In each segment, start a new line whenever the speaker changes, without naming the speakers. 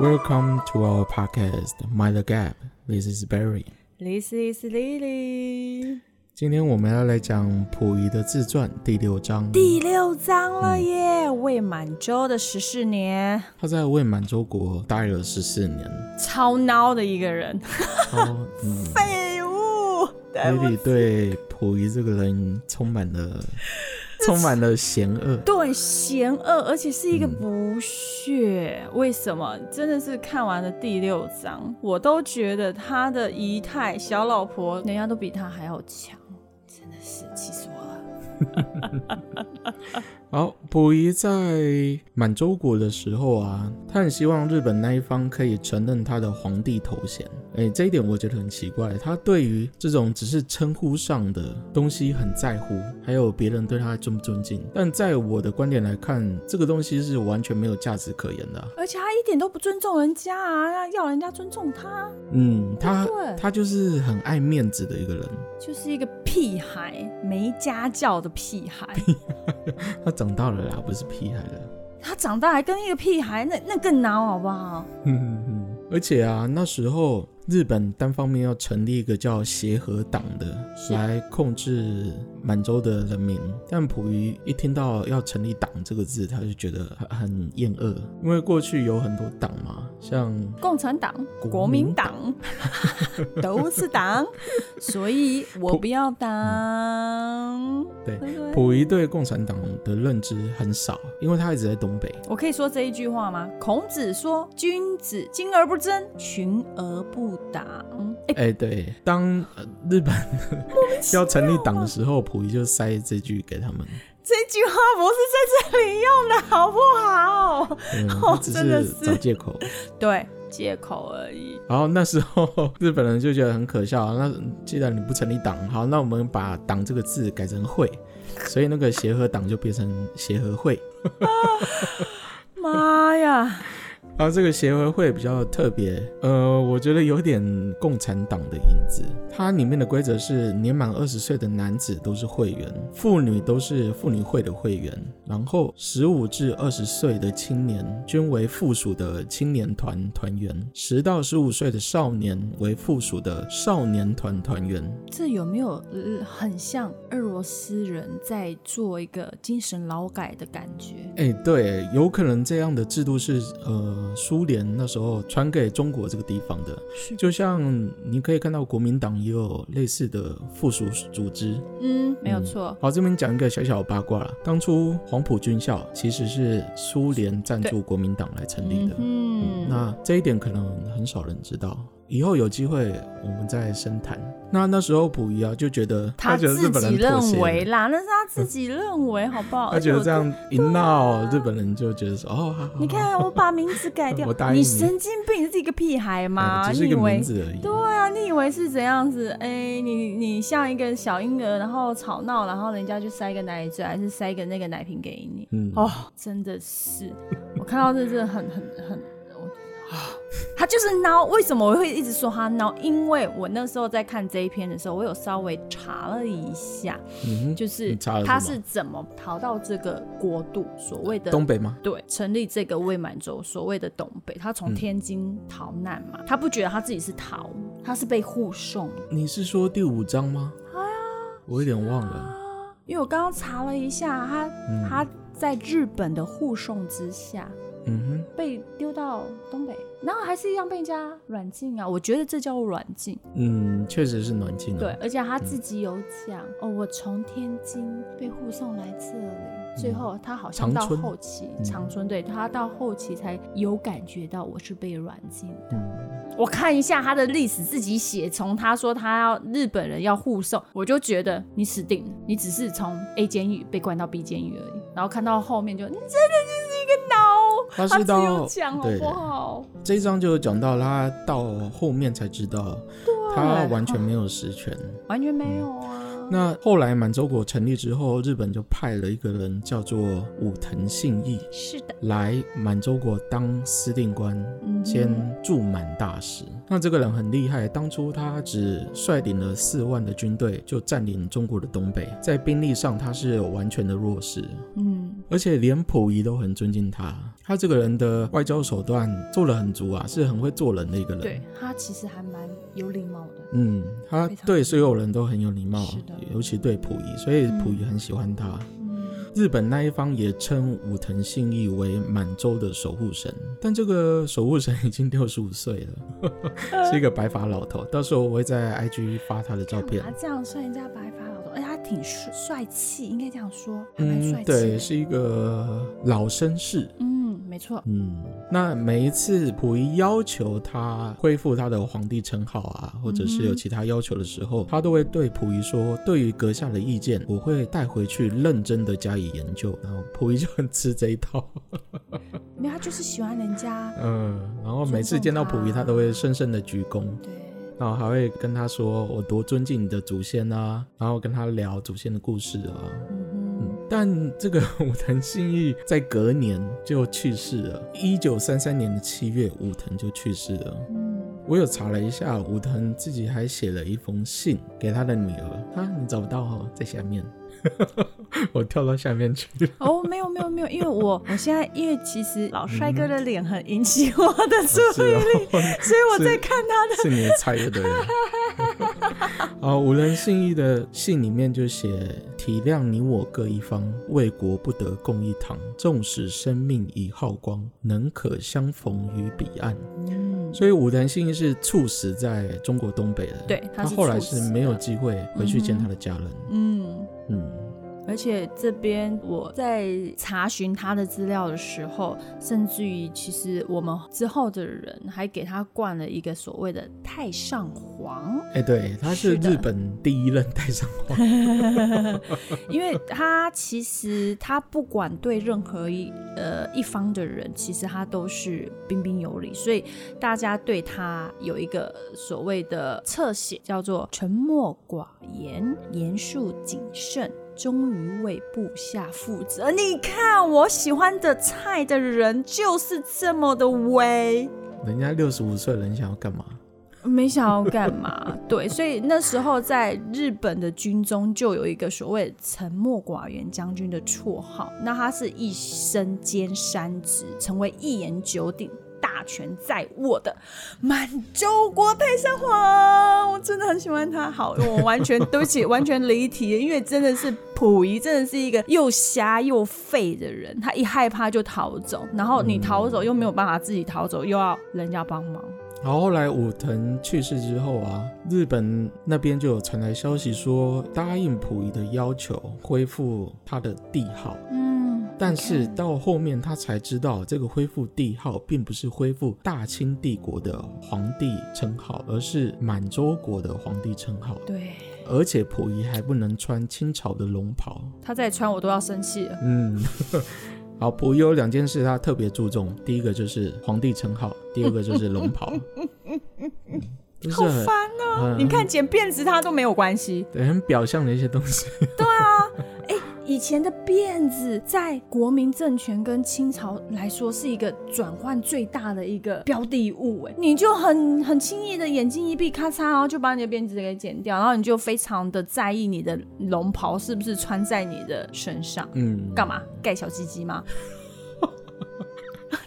Welcome to our podcast Mind the Gap. This is Barry.
This is Lily，
今天我们要来讲溥仪的自传第六章。
第六章了耶！未满洲的十四年，
他在未满洲国待了十四年。
超孬的一个人，
哦，嗯，
废物。对
所
不
以对溥仪这个人充满了充满了嫌恶。
对，嫌恶，而且是一个不屑。为什么？真的是看完了第六章，我都觉得他的仪态，小老婆人家都比他还要强，真的是气死我了。
好，溥仪在满洲国的时候啊，他很希望日本那一方可以承认他的皇帝头衔。哎，这一点我觉得很奇怪，他对于这种只是称呼上的东西很在乎，还有别人对他尊不尊敬。但在我的观点来看，这个东西是完全没有价值可言的啊、
而且他一点都不尊重人家啊，要人家尊重他，
嗯，他
对
他就是很爱面子的一个人，
就是一个屁孩，没家教的屁孩。
他长大了啦，不是屁孩了。
他长大还跟一个屁孩，那那更孬好不好？
哼哼哼，嗯而且啊，那时候日本单方面要成立一个叫协和党的，
是
来控制满洲的人民。但溥仪一听到要成立党这个字，他就觉得很很厌恶，因为过去有很多党嘛，像
共产党、
国
国
民
民党都是党， 所以我不要当。
对
对不对，
溥仪对共产党的认知很少，因为他一直在东北。
我可以说这一句话吗？孔子说：“君子精而不争，群而不党。”哎，
哎，对，当、呃日本 要成立党的时候，溥仪就塞这句给他们。
这句话不是在这里用的，好不好？
嗯，他
哦
只
真的
是
是
找借口。
对，借口而已。
然后那时候日本人就觉得很可笑，那既然你不成立党，好，那我们把“党”这个字改成“会”，所以那个协和党就变成协和会。
妈呀！
然啊后这个协和会比较特别，呃，我觉得有点共产党的影子。它里面的规则是，年满二十岁的男子都是会员，妇女都是妇女会的会员，然后十五至二十岁的青年均为附属的青年团团员，十到十五岁的少年为附属的少年团团员。
这有没有、呃、很像俄罗斯人在做一个精神劳改的感觉？
哎，对，有可能这样的制度是呃苏联那时候传给中国这个地方的，
是
就像你可以看到国民党也有类似的附属组织。
嗯，没有错。
好，这边讲一个小小的八卦啦，当初黄埔军校其实是苏联赞助国民党来成立的，
嗯哼，
那这一点可能很少人知道。以后有机会我们再深谈。那那时候溥仪啊就觉得
他
觉得日
自
本
己
人妥
认
协了
为啦，那哎是他自己认为，好不好？
他觉得这
而且
样一闹，日本人就觉得说哦，好好好
啊我，你看我把名字改 掉
我答，应你
你神经病，你是一个屁孩吗？
哎只
你
是一
以
个名
为？
字而已。
对啊，你以为是怎样子？哎，你你像一个小婴儿，然后吵闹，然后人家就塞一个奶嘴，还是塞一个那个奶瓶给你？
嗯，
哦，真的是，我看到这真的很很很，我啊，他就是孬。为什么我会一直说他孬？因为我那时候在看这一篇的时候，我有稍微查了一下，
嗯哼，
就是
你查了
他
什么
是怎么逃到这个国度，所谓的
东北吗？
对，成立这个未满洲，所谓的东北，他
嗯
从天津逃难嘛，他不觉得他自己是逃，他是被护送的。
你是说第五章吗？
哎
我有点忘了。
因为我刚刚查了一下，他、
嗯
他在日本的护送之下，
嗯
被丢到东北，然后还是一样被人家软禁啊！我觉得这叫软禁。
哼，嗯，确实是暖气呢。
对，，而且他自己有讲、哦，我从天津被护送来这里，最后他好像
长
到
春
后期，
嗯
嗯长春对他到后期才有感觉到我是被软禁的。
嗯，
我看一下他的历史，自己写，从他说他要日本人要护送，我就觉得你死定了，你只是从 A 监狱被关到 B 监狱而已。然后看到后面就，你真的
他
就是一个孬，他
是
只
到
有讲好
对
不好？
这一章就有讲到，他到后面才知道，他完全没有实权。
完全没有啊。
那后来满洲国成立之后，日本就派了一个人叫做武藤信义
是的，
来满洲国当司令官，
嗯
兼驻满大使。那这个人很厉害，当初他只率领了四万的军队就占领中国的东北，在兵力上他是有完全的弱势。
嗯，
而且连溥仪都很尊敬他。他这个人的外交手段做了很足啊，是很会做人的一个人。
对他其实还蛮有礼貌的。
嗯，他
非常
对所有人都很有礼貌
是的，
尤其对溥仪，所以
嗯
溥仪很喜欢他。
嗯，
日本那一方也称武藤信义为满洲的守护神，但这个守护神已经六十五岁 了，是一个白发老头。到时候我会在 IG 发他的照片
干。嘛这样算人家白发老头？而且他挺帅帅气，应该这样说，还蛮帅
嗯，
气的。
对，是一个老绅士。
嗯，没错。
嗯，那每一次溥仪要求他恢复他的皇帝称号啊，或者是有其他要求的时候，他都会对溥仪说：“对于阁下的意见，我会带回去认真的加以研究。”然后溥仪就很吃这一套，
没有，他就是喜欢人家。
嗯，然后每次见到溥仪，他都会深深的鞠躬，
对，
然后还会跟他说：“我多尊敬你的祖先啊！”然后跟他聊祖先的故事啊。
嗯
嗯但这个武藤信义在隔年就去世了，一九三三年的七月，武藤就去世了。
哼，嗯，
我有查了一下，武藤自己还写了一封信给他的女儿啊，你找不到哦，在下面， 我跳到下面去了。
哦，没有没有没有，因为 我我现在因为其实老帅哥的脸很引起我的注
嗯是
意
哦
力，，所以我
是
在看他的。
是你的菜就对 了。啊，武人信义的信里面就写：体谅你我各一方，为国不得共一堂。纵使生命已耗光，能可相逢于彼岸。
嗯，
所以武藤信义是猝死在中国东北的，
对
他
他是
后来
猝死
是没有
的
机会回去见
嗯哼
他的家人。
嗯。
嗯
而且这边我在查询他的资料的时候，甚至于其实我们之后的人还给他冠了一个所谓的太上皇，
哎、对，他是
是的
日本第一任太上皇。
因为他其实他不管对任何一呃一方的人，其实他都是彬彬有礼，所以大家对他有一个所谓的侧写，叫做沉默寡言、严肃谨慎。忠于为部下负责，你看我喜欢的菜的人就是这么的威，
人家六十五岁了，你想要干嘛？
没想要干嘛， 对，所以那时候在日本的军中就有一个所谓沉默寡言将军的绰号，那他是一身兼三职，成为一言九鼎。大权在握的满洲国太上皇，我真的很喜欢他。好，我完全对不起，完全离题，因为真的是溥仪，真的是一个又瞎又废的人。他一害怕就逃走，然后你逃走又没有办法自己逃走，又要人家帮忙。
然后后来武藤去世之后啊，日本那边就有传来消息说，答应溥仪的要求恢复他的帝号，
嗯，
但是到后面他才知道，这个恢复帝号并不是恢复大清帝国的皇帝称号，而是满洲国的皇帝称号，
对，
而且溥仪还不能穿清朝的龙袍。
他再穿我都要生气了。
嗯， 好，溥仪有两件事他特别注重，第一个就是皇帝称号，第二个就是龙袍。嗯就是
好
很
烦哦、
很
你看剪辫子他都没有关系。
对很表象的一些东西。
以前的辫子在国民政权跟清朝来说是一个转换最大的一个标的物、哎，你就很很轻易的眼睛一闭，咔嚓，然后就把你的辫子给剪掉，然后你就非常的在意你的龙袍是不是穿在你的身上。
嗯，
干嘛盖小鸡鸡 吗？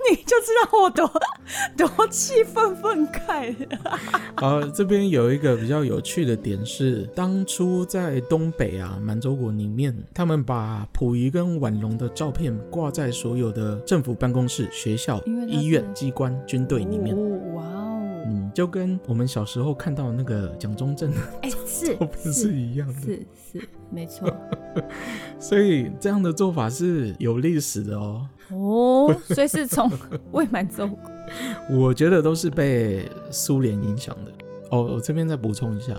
你就知道我多多气愤愤慨。
好，呃这边有一个比较有趣的点是，当初在东北啊满洲国里面，他们把溥仪跟婉容的照片挂在所有的政府办公室、学校
因为、它是
医院、机关、军队里面。
哦哇哦，
嗯，就跟我们小时候看到那个蒋中正的
哎、是
照片是
是
一样的。
是是，没错。
所以这样的做法是有历史的哦，
哦，所以是从未满洲国。
我觉得都是被苏联影响的。哦，我这边再补充一下，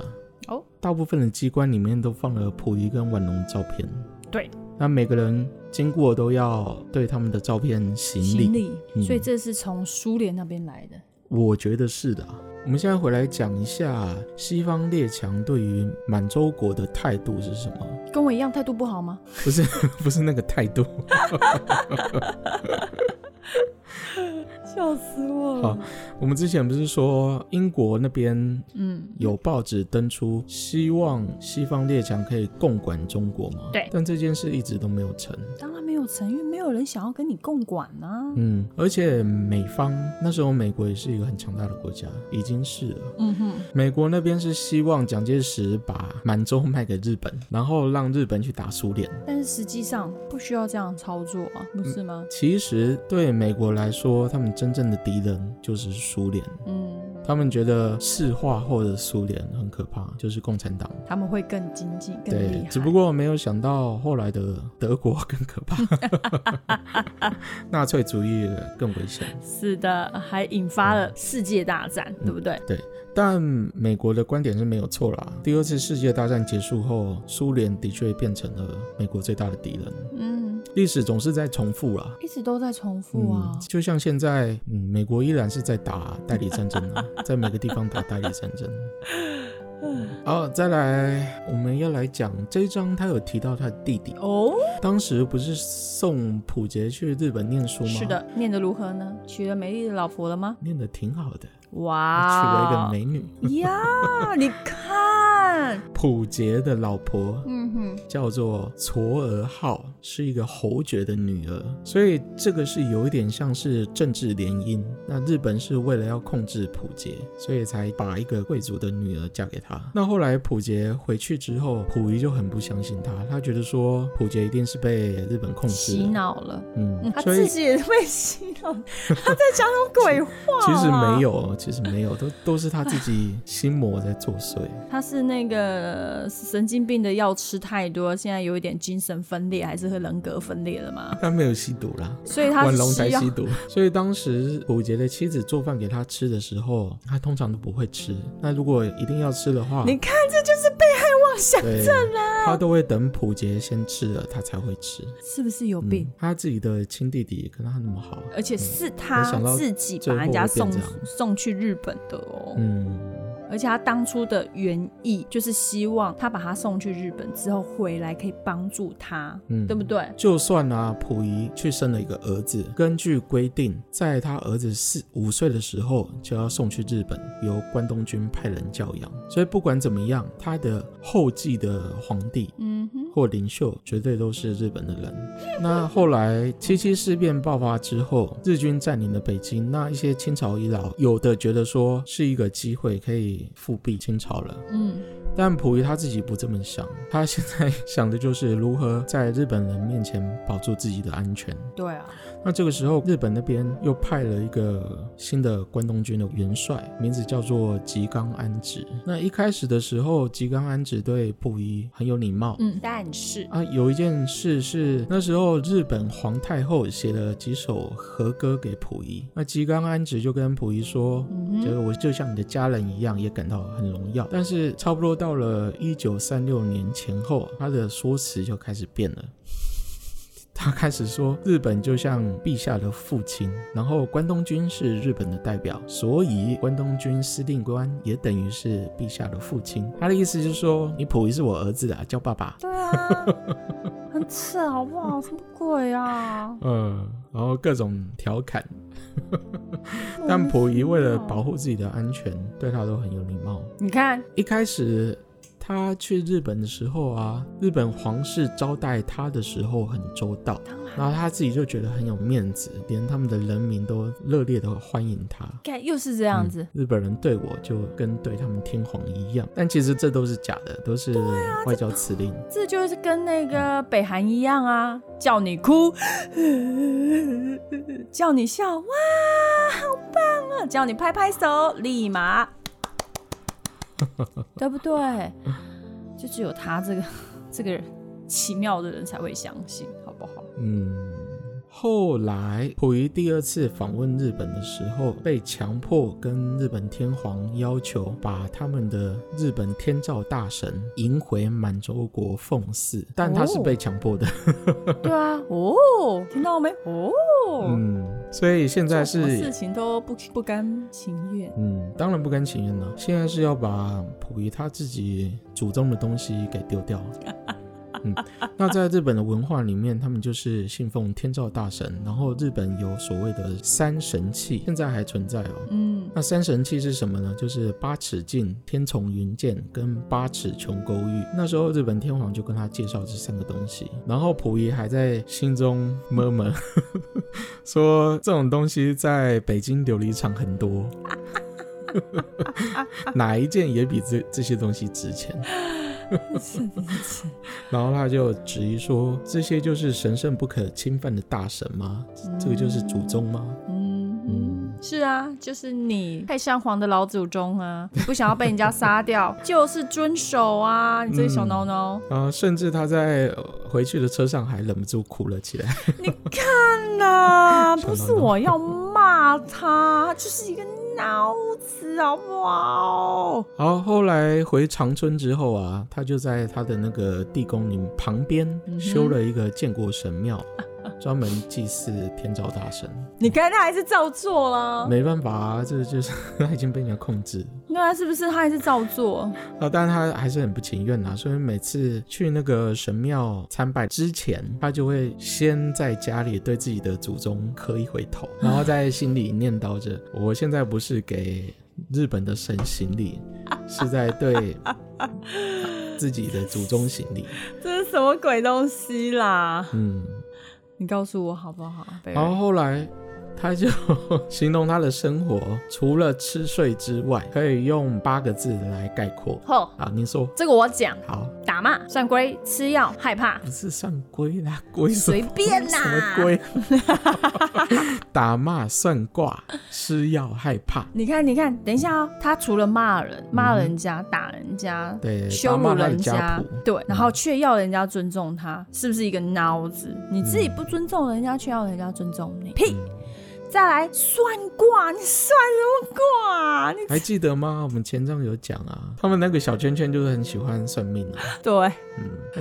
哦，
大部分的机关里面都放了溥仪跟婉容的照片，
对，
那每个人经过都要对他们的照片行礼，
行李，
嗯
所以这是从苏联那边来的。
我觉得是的啊。我们现在回来讲一下西方列强对于满洲国的态度是什么。
跟我一样态度不好吗？
不是 不是那个态度，
笑死我
好！我们之前不是说英国那边
嗯，
有报纸登出希望西方列强可以共管中国吗？
对
但这件事一直都没有成。
当然没有六成，因为没有人想要跟你共管啊呐、
嗯，而且美方那时候美国也是一个很强大的国家，已经是了。
嗯哼，
美国那边是希望蒋介石把满洲卖给日本，然后让日本去打苏联。
但是实际上不需要这样操作啊，不是吗？
其实对美国来说，他们真正的敌人就是苏联。
嗯，
他们觉得世化后的苏联很可怕，就是共产党。
他们会更精进、更厉
对
害。，
只不过没有想到后来的德国 更可怕， 纳粹主义更危险。
是的，还引发了世界大战，
嗯
对不对？
但美国的观点是没有错啦。第二次世界大战结束后，苏联的确变成了美国最大的敌人。
嗯，
历史总是在重复啦。
一直都在重复啊。
嗯，就像现在，嗯，美国依然是在打代理战争啊，在每个地方打代理战争。 好，再来，我们要来讲这一章，他有提到他的弟弟，
哦，
当时不是送普杰去日本念书吗？
是，的，念得如何呢？娶了美丽的老婆了吗？
念得挺好的，
啊
娶了一
哇，哦
个美女。
呀，你看，
普杰的老婆
嗯哼，
叫做嵯峨号，是一个侯爵的女儿，所以这个是有一点像是政治联姻。那日本是为了要控制普杰，所以才把一个贵族的女儿嫁给他。那后来普杰回去之后，溥仪就很不相信他，他觉得说普杰一定是被日本控制
洗
了。
脑了。
嗯
嗯，他
所
自
以
己也被洗脑，他在讲什么鬼话、
其实没，有，哦其实没有，都都是他自己心魔在作祟。
他是那个神经病的药吃太多，现在有一点精神分裂，还是和人格分裂了吗？
他没有吸毒啦，
所以他
晚龙才
需要
吸毒， 所以当时溥杰的妻子做饭给他吃的时候，他通常都不会吃。那如果一定要吃的话，
你看，啊这就是被害妄想，
对，他都会等溥杰先吃了，他才会吃。
是不是有
嗯
病？呃
他自己的亲弟弟跟他那么好，
而且是他
没想到
自己
最
把
后
人家
会变
送
这样
送去日本的哦。
嗯，
而且他当初的原意就是希望他把他送去日本之后回来可以帮助他，
嗯
对不对？
就算啊，溥仪去生了一个儿子，根据规定，在他儿子四五岁的时候就要送去日本，由关东军派人教养。所以不管怎么样，他的后继的皇帝
嗯哼，
或领袖绝对都是日本的人。那后来七七事变爆发之后，日军占领了北京，那一些清朝遗老有的觉得说是一个机会可以复辟清朝了，
嗯，
但溥仪他自己不这么想，他现在 想的就是如何在日本人面前保住自己的安全。
对啊，
那这个时候，日本那边又派了一个新的关东军的元帅，名字叫做吉冈安直。那一开始的时候，吉冈安直对溥仪很有礼貌，
嗯，但是
啊，有一件事是那时候日本皇太后写了几首和歌给溥仪，那吉冈安直就跟溥仪说。
嗯
觉
哼，
得我就像你的家人一样，也感到很荣耀。但是差不多到了一九三六年前后，啊他的说辞就开始变了。 他开始说，日本就像陛下的父亲，然后关东军是日本的代表，所以关东军司令官也等于是陛下的父亲。他的意思就是说，你溥仪是我儿子啊，叫爸爸。
对啊， 很扯好不好？什么鬼啊？
嗯，然后各种调侃，但溥仪为了保护自己的安全，对他都很有礼貌。
嗯你看，
一开始他去日本的时候啊，日本皇室招待他的时候很周到，
当然，
然后他自己就觉得很有面子，连他们的人民都热烈的欢迎他。嗯
看又是这样子，
日本人对我就跟对他们天皇一样，但其实这都是假的，都是
啊
外交辞令。
这就是跟那个北韩一样啊，叫你哭， 叫你笑，哇，好棒啊！叫你拍拍手，立马， 对不对？就只有他这个这个人奇妙的人才会相信，好不好？
嗯，后来溥仪第二次访问日本的时候，被强迫跟日本天皇要求把他们的日本天照大神迎回满洲国奉祀，但他
哦
是被强迫的。
对啊，哦，听到没？哦，
嗯，所以现在
做什么事
是。
情都不不甘情愿。
嗯，当然不甘情愿了。现在是要把溥仪他自己祖宗的东西给丢掉了。嗯，那在日本的文化里面，他们就是信奉天照大神，然后日本有所谓的三神器，现在还存在哦。
嗯，
那三神器是什么呢？就是八尺镜、天丛云剑跟八尺琼勾玉。那时候日本天皇就跟他介绍这三个东西，然后溥仪还在心中摸摸， 说这种东西在北京琉璃厂很多， 哪一件也比这这些东西值钱。
是是
然后他就质疑说，这些就是神圣不可侵犯的大神吗？这个就是祖宗吗？
嗯，是啊，就是你太上皇的老祖宗啊，你不想要被人家杀掉， 就是遵守啊，你这个小孬孬。
啊，甚至他在呃回去的车上还忍不住哭了起来。
那啊不
小孬
是
孬
我要骂他，就是一个孬子，好不好？
好，后来回长春之后啊，他就在他的那个地宫里旁边
嗯哼
修了一个建国神庙，专门祭祀天照大神。
你看他还是照做啦，
没办法啊，这就是 他已经被人家控制了。
对啊，是不是他还是照做？
啊，但他还是很不情愿啊，所以每次去那个神庙参拜之前，他就会先在家里对自己的祖宗磕一回头，然后在心里念叨着：“我现在不是给日本的神行礼，是在对自己的祖宗行礼。
这是什么鬼东西啦”？
嗯，
你告诉我好不好？贝
然后
尔
后来。他就 形容他的生活，除了吃睡之外，可以用八个字来概括。
吼，
啊，您说
哦这个我讲，
好，
打骂、算龟、吃药、害怕，
不是算龟啦，龟什么
随便啦、
什么龟？ 打骂、算卦、吃药、害怕，
你看，你看，等一下哦，他除了骂人、骂人家、打人家、
嗯对
羞
打
辱
骂他的
人
家嗯
家
谱，
对，然后却要人家尊重他，是不是一个孬子？你自己不尊重人家，却要人家尊重你，屁！
嗯
再来算卦，你算什么卦啊？你
还记得吗？我们前章有讲啊，他们那个小圈圈就是很喜欢算命啊。
对，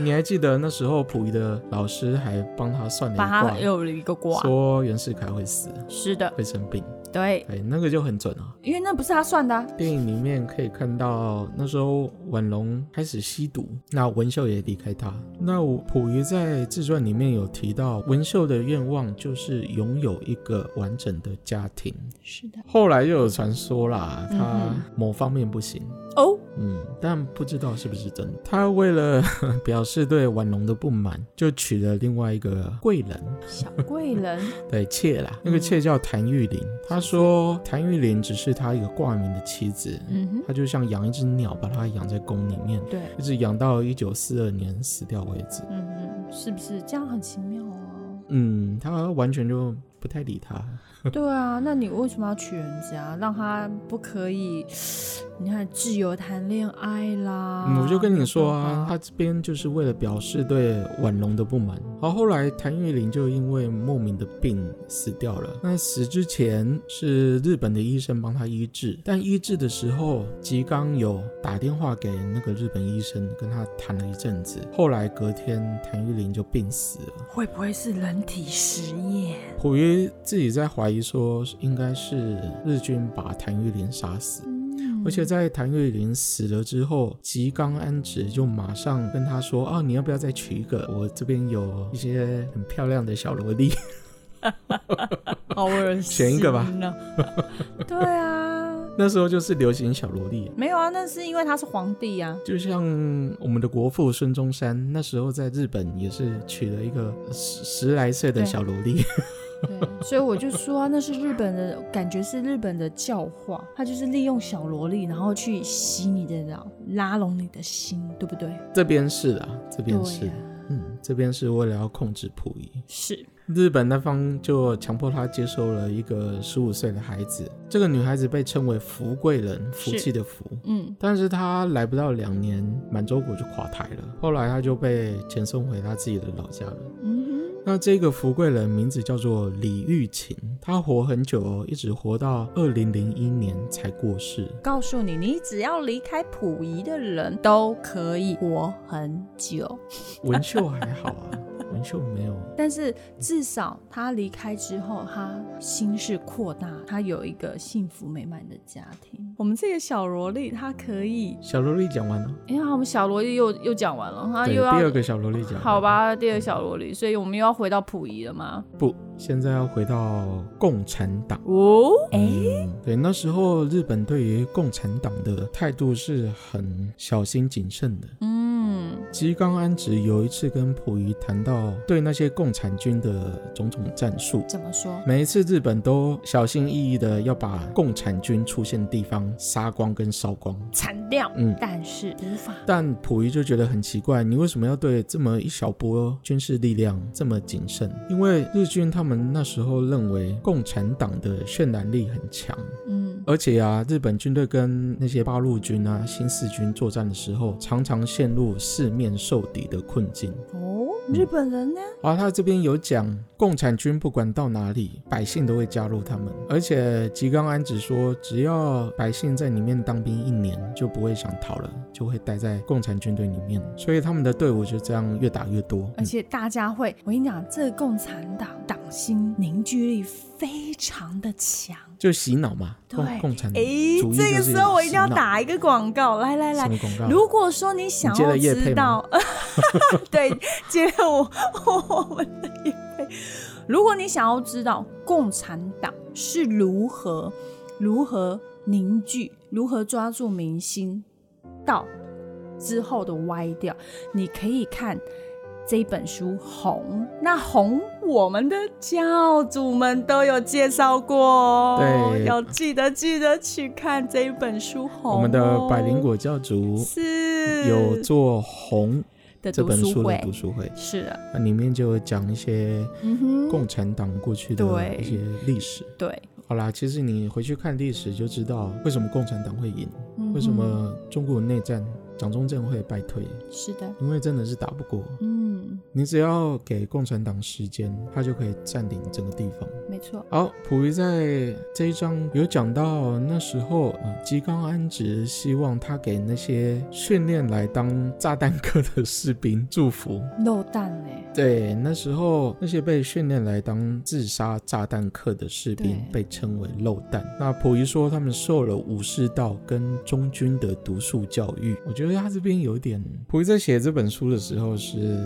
你还记得那时候溥仪的老师还帮他算了
把他
一
有了一个
卦，
卦，
说袁世凯会死，
是的，
会生病，
对，
哎，那个就很准啊。
因为那不是他算的啊、
电影里面可以看到，那时候婉容开始吸毒，那文秀也离开他。那我溥仪在自传里面有提到，文秀的愿望就是拥有一个完整的家庭。
是的，
后来又有传说啦，
嗯
他
哼
某方面不行，
哦，
嗯，但不知道是不是真的。他为了嗯表示对婉容的不满，就娶了另外一个贵人，
小贵人，
对妾啦，那个妾叫谭玉玲。他说谭玉玲只是他一个挂名的妻子，
嗯哼，
他就像养一只鸟，把它养在宫里面，
对，
一直养到一九四二年死掉为止。
嗯嗯，是不是这样很奇妙啊？
嗯，他完全就不太理他。
对啊，那你为什么要娶人家？让他不可以，你看自由谈恋爱啦。
嗯，我就跟你说啊，
对
他
吧
这边就是为了表示对婉容的不满。好，后来谭玉玲就因为莫名的病死掉了。那死之前是日本的医生帮他医治，但医治的时候，吉冈有打电话给那个日本医生，跟他谈了一阵子。后来隔天，谭玉玲就病死了。
会不会是人体实验？
溥仪自己在怀疑说，应该是日军把谭玉玲杀死。
嗯
而且在谭玉玲死了之后，吉冈安直就马上跟他说：“啊，你要不要再娶一个？我这边有一些很漂亮的小萝莉。
好恶心、啊
选一个 吧。
对啊，”
那时候就是流行小萝莉，
没有啊，那是因为他是皇帝啊。
就像我们的国父孙中山那时候在日本也是娶了一个十十来岁的
对
小萝莉。
对，所以我就说、啊、那是日本的感觉，是日本的教化，他就是利用小萝莉，然后去洗你的脑，拉拢你的心，对不对？
这边是啊，这边是，
对啊
嗯，这边是为了要控制溥仪。
是，
日本那方就强迫她接受了一个十五岁的孩子，这个女孩子被称为福贵人，福
是
气的福。
嗯，
但是她来不到两年，满洲国就垮台了。后来她就被遣送回她自己的老家了。
嗯
那这个福贵人名字叫做李玉琴，她活很久哦，一直活到二零零一年才过世。
告诉你，你只要离开溥仪的人都可以活很久。
文秀还好啊，文秀没有，
但是至少他离开之后，他心是扩大，他有一个幸福美满的家庭。我们这个小萝莉，她可以，
小萝莉讲完了，
哎呀，我们小萝莉又又讲完了，她
对，
啊又要
第二个小萝莉讲，
好，吧，第二个小萝莉，所以我们又要回到溥仪了吗？
不，现在要回到共产党。
哦，
嗯，对，那时候日本对于共产党的态度是很小心谨慎的。
嗯，
吉冈安直有一次跟溥仪谈到对那些共产军的种种战术，
怎么说？
每一次日本都小心翼翼的要把共产军出现的地方杀光跟烧光。
惨掉，
嗯
但是无法。
但溥仪就觉得很奇怪，你为什么要对这么一小波军事力量这么谨慎？因为日军他们那时候认为共产党的渲染力很强，
嗯，
而且啊，日本军队跟那些八路军啊、新四军作战的时候，常常陷入四面受敌的困境。
哦，日本人呢？
而他这边有讲，共产军不管到哪里，百姓都会加入他们。而且吉冈安只说，只要百姓在里面当兵一年，就不会想逃了，就会待在共产军队里面。所以他们的队伍就这样越打越多。
而且大家会，我跟你讲，这个共产党党心凝聚力非常的强。
就洗脑嘛，共
对
共产主
诶，
义就是
哎这个时候我一定要
洗脑
打一个广告，来来
什
来。
么广告？
如果说你想
你接
要
了业配
知道， 对，接了我我们的业配。如果你想要知道共产党是如何如何凝聚、如何抓住民心到之后的歪掉，你可以看这本书《红》。那《红》我们的教主们都有介绍过哦，
对
要记得记得去看这一本书《红》哦。
我们的百灵果教主
是
有做《红》
的
这
读
本
书
书的
会，
读书会，
是的，
那里面就有讲一些
嗯哼，
共产党过去的
对
一些历史。
对，
好啦，其实你回去看历史就知道为什么共产党会赢，
嗯哼
为什么中国内战蒋中正会败退，
是的，
因为真的是打不过。
嗯，
你只要给共产党时间，他就可以占领整个地方。
没错，
好，溥仪在这一章有讲到，那时候呃吉冈安直希望他给那些训练来当炸弹客的士兵祝福。
漏蛋嘞，
对，那时候那些被训练来当自杀炸弹客的士兵
对
被称为漏弹。那溥仪说他们受了武士道跟忠军的毒素教育。我觉得他这边有点，溥仪在写这本书的时候是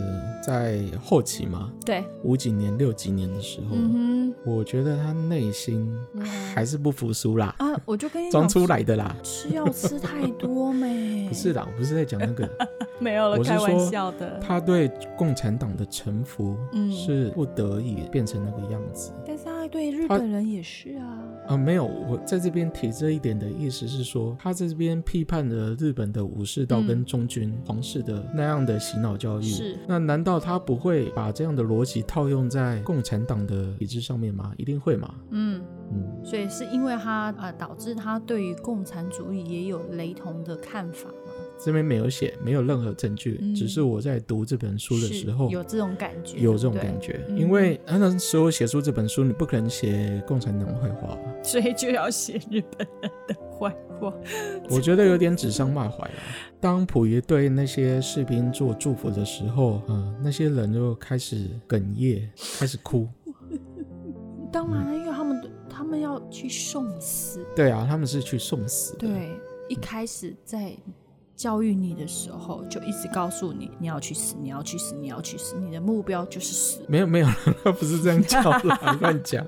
在后期嘛，
对，
五几年、六几年的时候，
嗯
我觉得他内心
嗯
还是不服输啦，
哼，啊，我就跟 你
装
讲，
出来的啦。
吃药吃太多 没？
不是啦，我不是在讲那 个，
没有了，
我是
开玩
说
笑的。
他对共产党的臣服
嗯
是不得已变成那个样子。
但是他对日
他
本人也是啊，
啊，没有，我在这边提这一点的意思是说，他在这边批判了日本的武士道
嗯
跟忠军、皇室的那样的洗脑教育。
是
那难道他不会把这样的逻辑套用在共产党的体制上面吗？一定会嘛。
嗯，
嗯，
所以是因为他呃，导致他对于共产主义也有雷同的看法嘛？
这边没有写，没有任何证据，
嗯
只是我在读这本书的
是
时候。
有这种感觉，
有这种
对不对
感觉，
嗯
因为他那时候写出这本书，你不可能写共产党坏话，啊
所以就要写日本人的坏话。
我觉得有点指桑骂槐了。当溥仪对那些士兵做祝福的时候，嗯、那些人就开始哽咽，开始哭。
当然，因为他们他们要去送死，
对啊，他们是去送死的。，
对，一开始在教育你的时候，就一直告诉你你要去死，你要去死，你要去死，你的目标就是死。
没有没有，他不是这样教啦， 乱讲。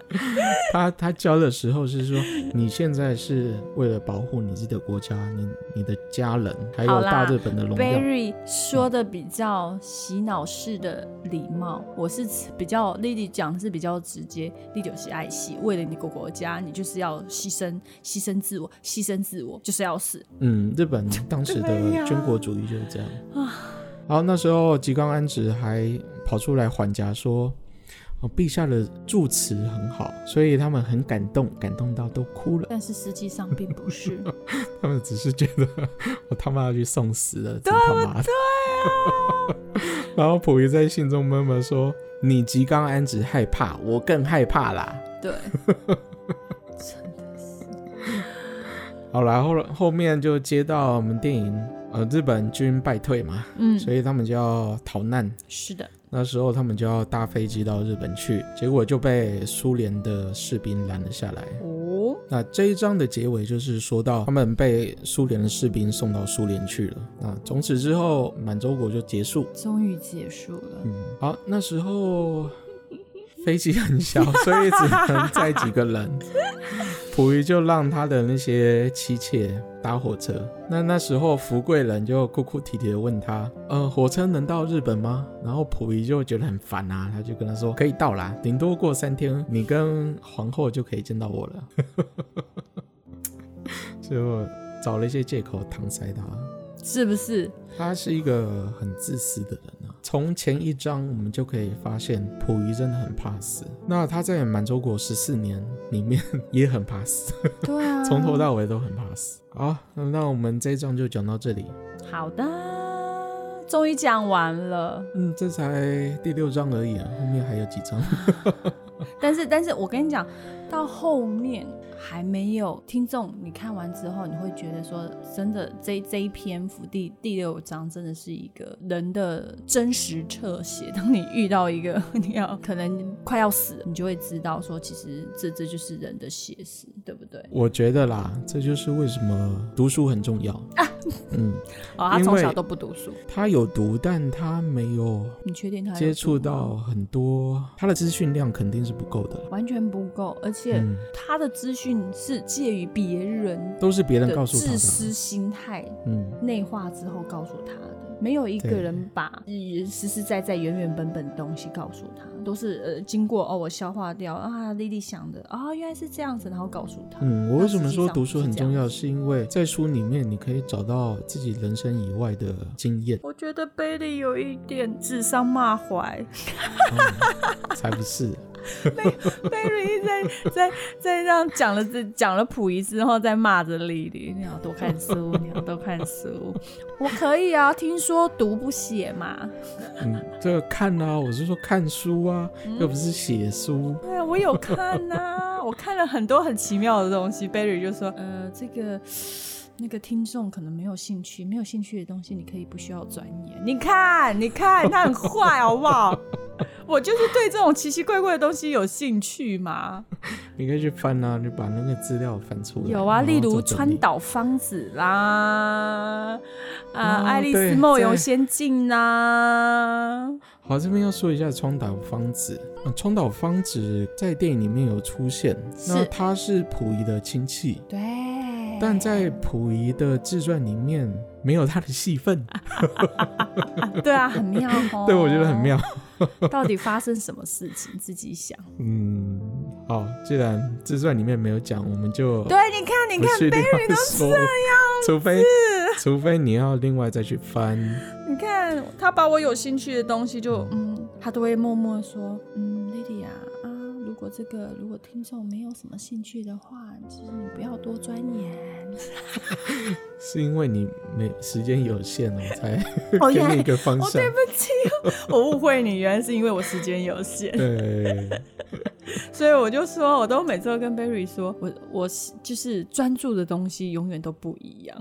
他他教的时候是说，你现在是为了保护你自己的国家，你你的家人，还
好
有
啦
大日本的荣耀。
Barry 说的比较洗脑式的礼貌，我是比较 Lily 讲是比较直接，Lily 有是爱惜，为了你国国家，你就是要牺牲，牺牲自我，牺牲自我就是要死。
嗯，日本当时
对呀啊
的军国主义就是这样。然后那时候吉冈安直还跑出来还价说，哦，陛下的祝词很好，所以他们很感动，感动到都哭了。
但是实际上并不是。
他们只是觉得我他妈要去送死 了，真他妈的。啊 然后溥仪在信中默默说：“你吉冈安直害怕，我更害怕啦。”
对，
好啦，后来后面就接到我们电影，呃，日本军败退嘛，
嗯，
所以他们就要逃难。
是的，
那时候他们就要搭飞机到日本去，结果就被苏联的士兵拦了下来。
哦，
那这一章的结尾就是说到他们被苏联的士兵送到苏联去了。那从此之后，满洲国就结束。
终于结束了。
嗯，好，那时候飞机很小，所以只能载几个人。溥仪就让他的那些妻妾搭火车。那那时候福贵人就哭哭啼啼的问他：“呃，火车能到日本吗？”然后溥仪就觉得很烦啊，他就跟他说：“可以到啦，顶多过三天，你跟皇后就可以见到我了。” 所以我找了一些借口搪塞他。
是不是？
他是一个很自私的人啊。从前一章我们就可以发现，溥仪真的很怕死。那他在满洲国十四年里面也很怕 死，
对啊，
从头到尾都很怕死。好，那那我们这一章就讲到这里。
好的，终于讲完了。
嗯，这才第六章而已啊，后面还有几章。
但是，但是我跟你讲，到后面还没有听众，你看完之后，你会觉得说，真的这这一篇幅第第六章真的是一个人的真实侧写。当你遇到一个 你要可能快要死了，你就会知道说，其实这这就是人的写实，对不对？
我觉得啦，这就是为什么读书很重要。
啊
嗯，
哦，他
因
从
为
小都不读书，
他有读，但他没有
你确定他有
接触
读吗
到很多，他的资讯量肯定是不够的啦。
完全不够，而且
嗯，
他的资讯是介于别人
都是别人
的
告诉他
自
的。啊
私心态
嗯。
内化之后告诉他的，没有一个
对
人把呃实实在在、原原本本的东西告诉他，都是呃经过哦我消化掉啊，丽丽想的啊、原来是这样子，然后告诉他。
嗯，我为什么说
那实际上
读书很重
不
要？
是。
是因为在书里面你可以找到自己人生以外的经验
我觉得 Bailey 有一点指桑骂槐
嗯才不是，
，Bailey 在在在这样讲了这讲了溥仪之后，再骂着丽丽，你要多看书，你要多看书。我可以啊，听说读不写嘛，
嗯，这个看啊，我是说看书啊，
嗯
又不是写书。
哎，我有看呐、我看了很多很奇妙的东西。Barry 就说，呃，这个那个听众可能没有兴趣，没有兴趣的东西你可以不需要钻研。你看，你看，他很坏，好不好？ 我就是对这种奇奇怪怪的东西有兴趣嘛。
你可以去翻啊，你把那个资料翻出来。
有啊，
然后
例如
再整
川
理。
岛芳子啦，啊，
哦
爱丽丝
对
梦游
在
仙境》啦，
好，这边要说一下川岛芳子。嗯，川岛芳子在电影里面有出现，那
是
她是溥仪的亲戚，
对。
但在溥仪的自传里面没有她的戏份。
哦对啊，很妙哦。
对，我觉得很妙。
到底发生什么事情，自己想。
嗯，好，既然自传里面没有讲，我们就
对，你看，你
不
看
去另外
，Barry 都啊
说了，除非除非你要另外再去翻，
你看他把我有兴趣的东西就，嗯，他都会默默说，嗯，Lily 啊，啊，如果这个如果听众没有什么兴趣的话，就是你不要多钻研。
是因为你没时间有限，我才
哦原来
给你一个方
哦，
向
对。不起，我误会你，原来是因为我时间有限，
对，
所以我就说，我都每次都跟 Barry 说，我我是就是专注的东西永远都不一样。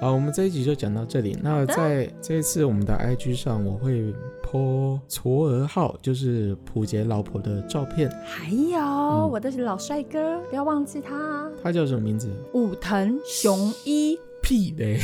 好，我们这一集就讲到这里。那在这一次我们的 IG 上，我会 po 嵯峨号，就是普杰老婆的照片，
还有、
嗯
我的老帅哥，不要忘记他啊，
他叫什么名字？
武藤雄一。
屁嘞，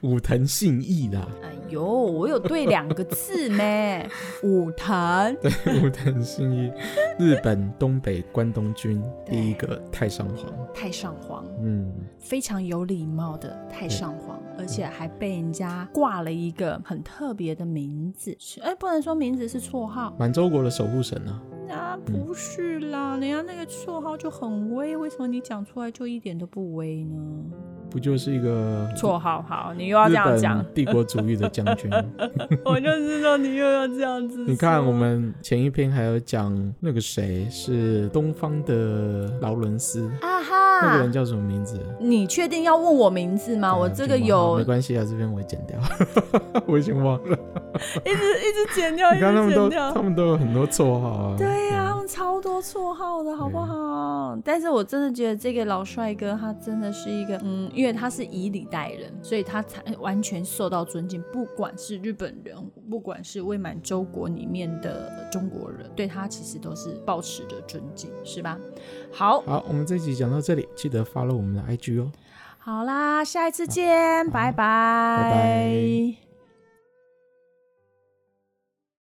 武藤信义啦，
哎呦，我有对两个字 咩？武藤，
武藤信义，日本东北关东军
对
第一个太上皇。
太上皇，
嗯，
非常有礼貌的太上皇，而且还被人家挂了一个很特别的名字，是哎，不能说名字是绰号
满洲国的守护神啊。
啊，不是啦，人家那个绰号就很威，为什么你讲出来就一点都不威呢？
不就是一个
绰号好，你又要这
日
样讲，
本帝国主义的将 军？
我就知道你又要这样子。
你看，我。们前一篇还有讲那个谁是东方的劳伦斯，那
啊
个
哈
人，叫什么名字？啊
你确定要问我名字吗？
对
我
不起
这个
忘了
有
没关系啊，这边我会剪掉，我已经忘了。
一直一直剪掉，一
你看他
直
们都
剪掉。
他们都有很多绰号啊。
对呀、他们超多绰号的好不好？但是我真的觉得这个老帅哥他真的是一个，嗯，因为他是以礼待人，所以他才完全受到尊敬。不管是日本人，不管是未满洲国里面的中国人，对他其实都是保持着尊敬，是吧？好，
好，我们这集讲到这里，记得 follow 我们的 IG 哦。
好啦，下一次见，拜拜，
拜拜